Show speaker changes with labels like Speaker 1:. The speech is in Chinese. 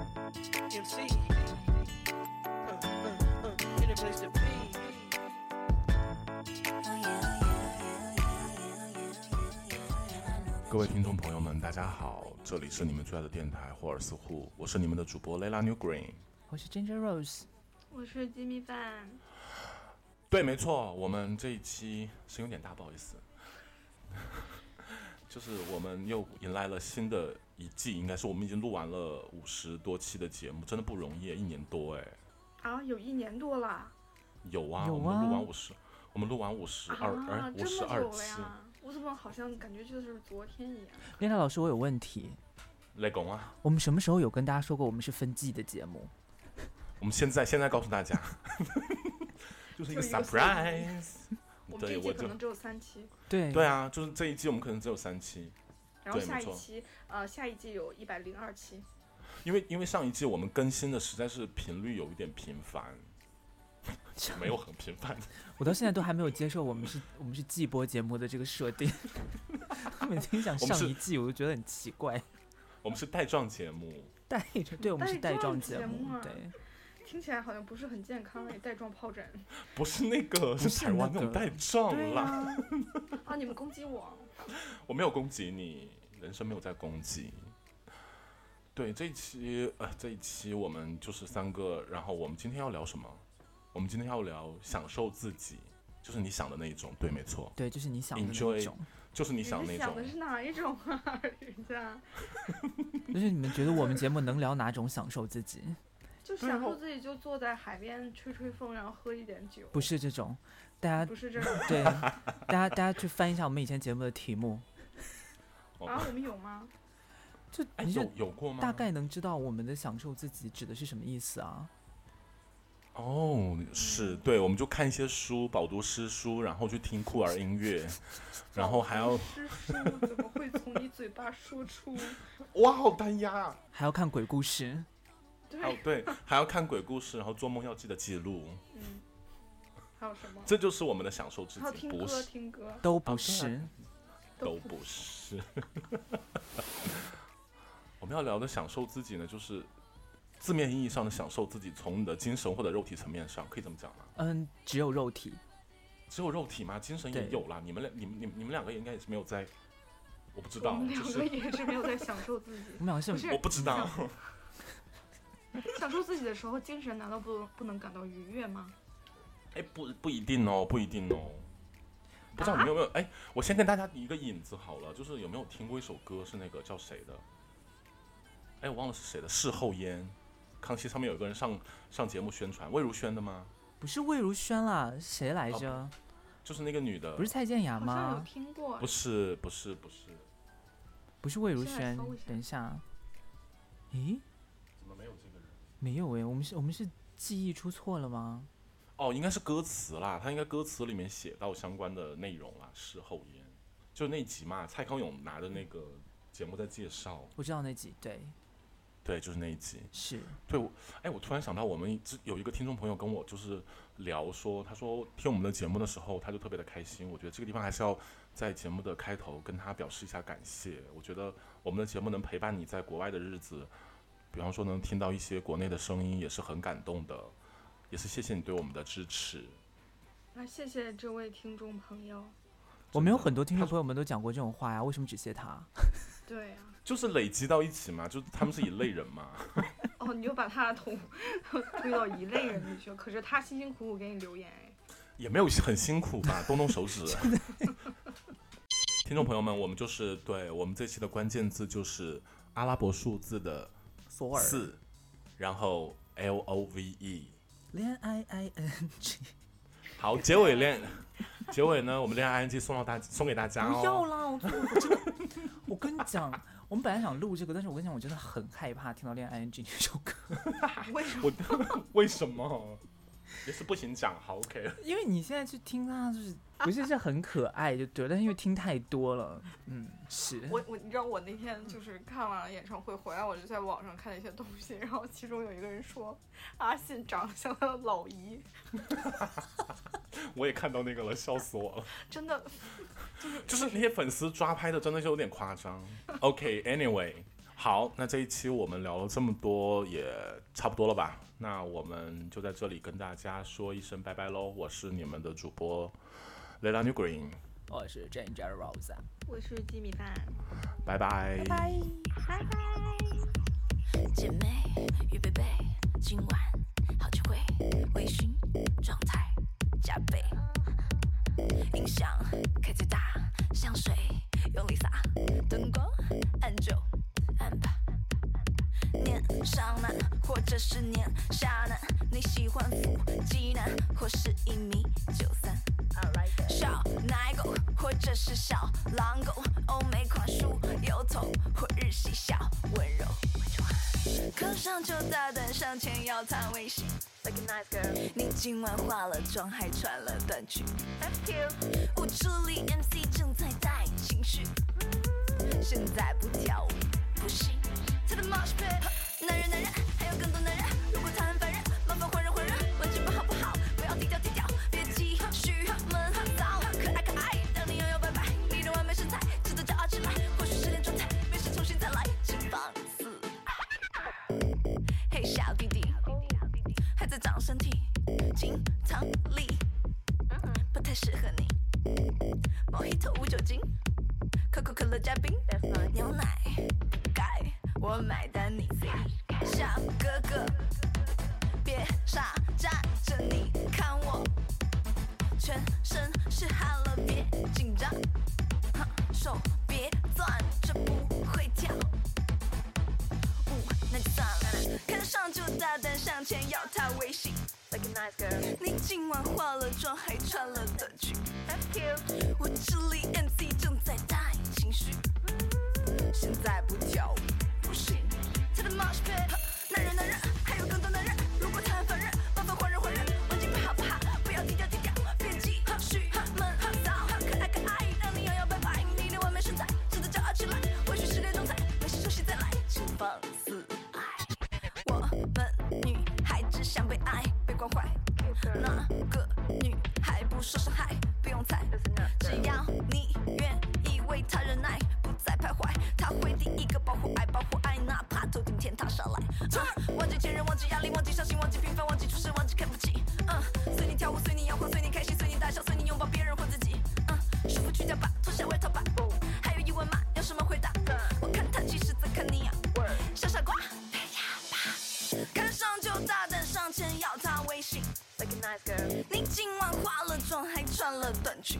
Speaker 1: MC. Uh, uh, uh, in a place to be.
Speaker 2: Oh yeah, oh yeah, oh yeah, oh yeah, oh yeah, oh yeah, yeah. I know
Speaker 3: 各位听众朋友们，大家好，这里是你们最爱的电台霍尔斯户，我是你们的主播 Layla New Green。
Speaker 4: 我是 Ginger Rose，
Speaker 5: 我是鸡米饭，
Speaker 3: 对，没错，我们这一期声音有点大，不好意思，就是我们又迎来了新的一季，应该是我们已经录完了五十多期的节目，真的不容易，一年多哎，
Speaker 5: 啊，有一年多了
Speaker 3: 有啊，
Speaker 4: 有啊
Speaker 3: 我们录完五十，我们录完五十二，
Speaker 5: 啊，
Speaker 3: 哎，
Speaker 5: 这
Speaker 3: 五十
Speaker 5: 么
Speaker 3: 二
Speaker 5: 久了
Speaker 3: 期，
Speaker 5: 呀！我怎么好像感觉就是昨天一样？
Speaker 4: 丽娜老师，我有问题，
Speaker 3: 雷公啊，
Speaker 4: 我们什么时候有跟大家说过我们是分季的节目？
Speaker 3: 我们现在现在告诉大 家，就是一个
Speaker 5: 就是一个
Speaker 3: surprise，
Speaker 5: 我们这
Speaker 3: 对，
Speaker 5: 一季
Speaker 3: 我
Speaker 5: 可
Speaker 3: 就
Speaker 5: 能只有三期，
Speaker 4: 对
Speaker 3: 对啊，就是这一季我们可能只有三期。
Speaker 5: 然后
Speaker 3: 对
Speaker 5: 下
Speaker 3: 没
Speaker 5: 一
Speaker 3: 错
Speaker 5: 期，呃，下一季有一百零二期，
Speaker 3: 因为因为上一季我们更新的实在是频率有一点频繁，没有很频繁。
Speaker 4: 我到现在都还没有接受我们是我们是季播节目的这个设定， 我每天想
Speaker 3: 我们
Speaker 4: 上
Speaker 3: 是
Speaker 4: 一季，我就觉得很奇怪。
Speaker 3: 我们是带状节目，
Speaker 4: 带着，对我们是带
Speaker 5: 带状
Speaker 4: 状
Speaker 5: 节
Speaker 4: 节
Speaker 5: 目啊
Speaker 4: 对，
Speaker 5: 听起来好像不是很健康哎，带 状疱疹。
Speaker 3: 不是那个，
Speaker 4: 是
Speaker 3: 台湾那
Speaker 4: 那
Speaker 3: 种
Speaker 4: 个
Speaker 3: 带状
Speaker 5: 对
Speaker 3: 啦。
Speaker 4: 哎
Speaker 5: 呀， 啊，你们攻击我，
Speaker 3: 我没有攻击你，人生没有在攻击。对，这一期呃，这一期我们就是三个，然后我们今天要聊什么？我们今天要聊享受自己，就是你想的那一种，对，没错，
Speaker 4: 对，就是你想的那
Speaker 3: Enjoy
Speaker 4: 种，
Speaker 3: 就是你
Speaker 5: 你
Speaker 3: 想的
Speaker 5: 是
Speaker 3: 那
Speaker 5: 想
Speaker 3: 种
Speaker 5: 的。是哪一种啊？ 人家
Speaker 4: 就是你们觉得我们节目能聊哪种享受自己？
Speaker 5: 就享受自己，就坐在海边吹吹风，然后喝一点酒，
Speaker 4: 不是这种，大家
Speaker 5: 不是这种
Speaker 4: 对，大家大家去翻一下我们以前节目的题目，
Speaker 5: 啊？我们有吗？
Speaker 4: 就
Speaker 3: 哎，
Speaker 4: 你就
Speaker 3: 有有过吗？
Speaker 4: 大概能知道我们的享受自己指的是什么意思啊？
Speaker 3: 哦，是对，我们就看一些书，饱读诗书，然后去听酷儿音乐，然
Speaker 5: 哦
Speaker 3: 后还要
Speaker 5: 吃书怎么会从你嘴巴说出？
Speaker 3: 哇，好单压啊
Speaker 4: 还要看鬼故事，
Speaker 3: 还有
Speaker 5: 对，
Speaker 3: 对，还要看鬼故事，然后做梦要记得记录，
Speaker 5: 嗯，还有什么？
Speaker 3: 这就是我们的享受之
Speaker 5: 还有
Speaker 3: 己，
Speaker 5: 听
Speaker 3: 不
Speaker 5: 歌，
Speaker 3: 是
Speaker 5: 听歌
Speaker 4: 都不
Speaker 3: 啊对
Speaker 4: 是。
Speaker 3: 都不是。 我们要聊的享受自己呢，就是字面意义上的享受自己，从你的精神或者肉体层面上，可以这么讲吗？
Speaker 4: 嗯，只有肉体，
Speaker 3: 只有肉体吗？精神也
Speaker 4: 对
Speaker 3: 有啦。你们俩，你们你们你们两个应该也是没有在，我不知
Speaker 5: 我
Speaker 3: 道
Speaker 5: 们，
Speaker 3: 就
Speaker 5: 两 个
Speaker 3: 是
Speaker 5: 也是没有在享受自己
Speaker 4: 我，们两个是
Speaker 5: 不是
Speaker 3: 我不知道。
Speaker 5: 享受自己的时候，精神难道不不能感到愉悦吗？
Speaker 3: 哎，不不一定哦，不一定哦。不知道你们有没有？
Speaker 4: 啊
Speaker 3: 哎、我先跟大家一个引子好了，就是有没有听过一首歌是那个叫谁的？哎，我忘了是谁的，《事后烟》。康熙上面有一个人上上节目宣传，魏如萱的吗？
Speaker 4: 不是魏如萱啦，谁来着？
Speaker 3: 哦就是那个女的，
Speaker 4: 不是蔡健雅
Speaker 5: 好像有
Speaker 4: 吗？
Speaker 5: 听过，
Speaker 3: 不是，不是，不是，
Speaker 4: 不是魏如
Speaker 5: 现在
Speaker 4: 萱
Speaker 5: 搜一下，
Speaker 4: 等一下，啊咦，
Speaker 3: 怎么没有这个人？
Speaker 4: 没有诶，我们是我们是记忆出错了吗？
Speaker 3: 哦，应该是歌词啦，他应该歌词里面写到相关的内容啦，《事后烟》就那集嘛，蔡康永拿着那个节目在介绍，
Speaker 4: 我知道那集，对，
Speaker 3: 对，就是那一集。
Speaker 4: 是
Speaker 3: 对，我哎，我突然想到，我们之有一个听众朋友跟我就是聊说，他说听我们的节目的时候，他就特别的开心。我觉得这个地方还是要在节目的开头跟他表示一下感谢。我觉得我们的节目能陪伴你在国外的日子，比方说能听到一些国内的声音，也是很感动的，也是谢谢你对我们的支持。
Speaker 5: 那哎谢谢这位听众朋友。
Speaker 4: 我们有很多听众朋友们都讲过这种话呀，为什么只谢 他？
Speaker 5: 对啊呀、
Speaker 3: 就是累积到一起嘛，就是他们是一类人嘛。
Speaker 5: 哦，你就把他同 推到一类人里去，可是他辛辛苦苦给你留言哎。
Speaker 3: 也没有很辛苦 吧，动动手指。 听众朋友们，我们就是对我们这期的关键字就是阿拉伯数字的
Speaker 4: 索尔，
Speaker 3: 四，然后 L O V E。
Speaker 4: 恋爱 I N G，
Speaker 3: 好，结尾练，结尾呢，我们练 I N G 送到大送给大家
Speaker 4: 不要
Speaker 3: 哦。
Speaker 4: 啦，我我我真的，我跟你讲，我们本来想录这个，但是我跟你讲，我真的很害怕听到恋爱 I N G 这首歌。
Speaker 5: 为什么？
Speaker 3: 我为什么？也是不行讲，好 OK。
Speaker 4: 因为你现在去听它，就是不是是很可爱就对了，但是因为听太多了，嗯，是
Speaker 5: 我我你知道我那天就是看完了演唱会回来，我就在网上看了一些东西，然后其中有一个人说阿信长得像他的老姨，
Speaker 3: 我也看到那个了，笑死我了。
Speaker 5: 真的
Speaker 3: 就是那些粉丝抓拍的，真的是有点夸张。OK，Anyway，、好，那这一期我们聊了这么多，也差不多了吧？那我们就在这里跟大家说一声拜拜喽！我是你们的主播 Lila New Green，
Speaker 4: 我是 Ginger Rose，
Speaker 5: 我是鸡米饭，
Speaker 3: 拜拜。
Speaker 5: 拜拜。
Speaker 2: 姐妹与贝贝，今晚好聚会，微醺状态加倍，音响开最大，香水用力洒，灯光按就按吧。年上男或者是年下男，你喜欢腹肌男或是一米九三。小奶狗或者是小狼狗，欧美款梳油头或日系小温柔。扣上就大胆上前要他微信。你今晚化了妆，还穿了短裙。舞池里 MC 正在带情绪，现在不跳舞不行。他的 mosh pit，男人男人，还有更多男人。如果他很烦人，麻烦换人换人，玩具吧好不好？不要低调低调，别急，嘘，们很骚，可爱可爱，让你摇摇摆摆，你的完美身材值得骄傲起来。或许失恋状态，没事重新再来，请放肆。嘿，小弟弟，还在长身体，金汤力不太适合你。莫吉托无酒精，可口可乐加冰，牛奶盖我买单你 C。小哥哥，别傻站着，你看我，全身是汗了，别紧张，哼手别攥着，不会跳。舞，那就算了。看得上就大胆上前要她微信。你今晚化了妆，还穿了短裙。我这里 MC 正在带情绪，现在不跳舞不行。他的 mosh pit，男人男人，还有更多男人。如果他很烦人，麻烦换人换人，玩金牌好不好？不要低调低调，别急，嘘，们很骚，可爱可爱，让你摇摇摆摆，你的完美身材值得骄傲起来。或许是那种菜，没事休息再来，请放肆爱。我们女孩只想被爱，被关怀。那个女孩不受伤害，不用猜。只要你愿意为她忍耐，不再徘徊，她会第一个保护爱，保护爱，哪怕头顶天塌下来。嗯，忘记前任，忘记压力，忘记伤心，忘记平凡，忘记出身，忘记看不起。嗯，随你跳舞，随你摇晃，随你开心，随你大笑，随你拥抱别人或自己。嗯，束缚去掉吧，脱下外套吧。还有疑问吗？有什么回答？我看他其实在看你啊，小傻瓜。看上就大胆上前要她微信。你今晚化了妆，还穿了短裙。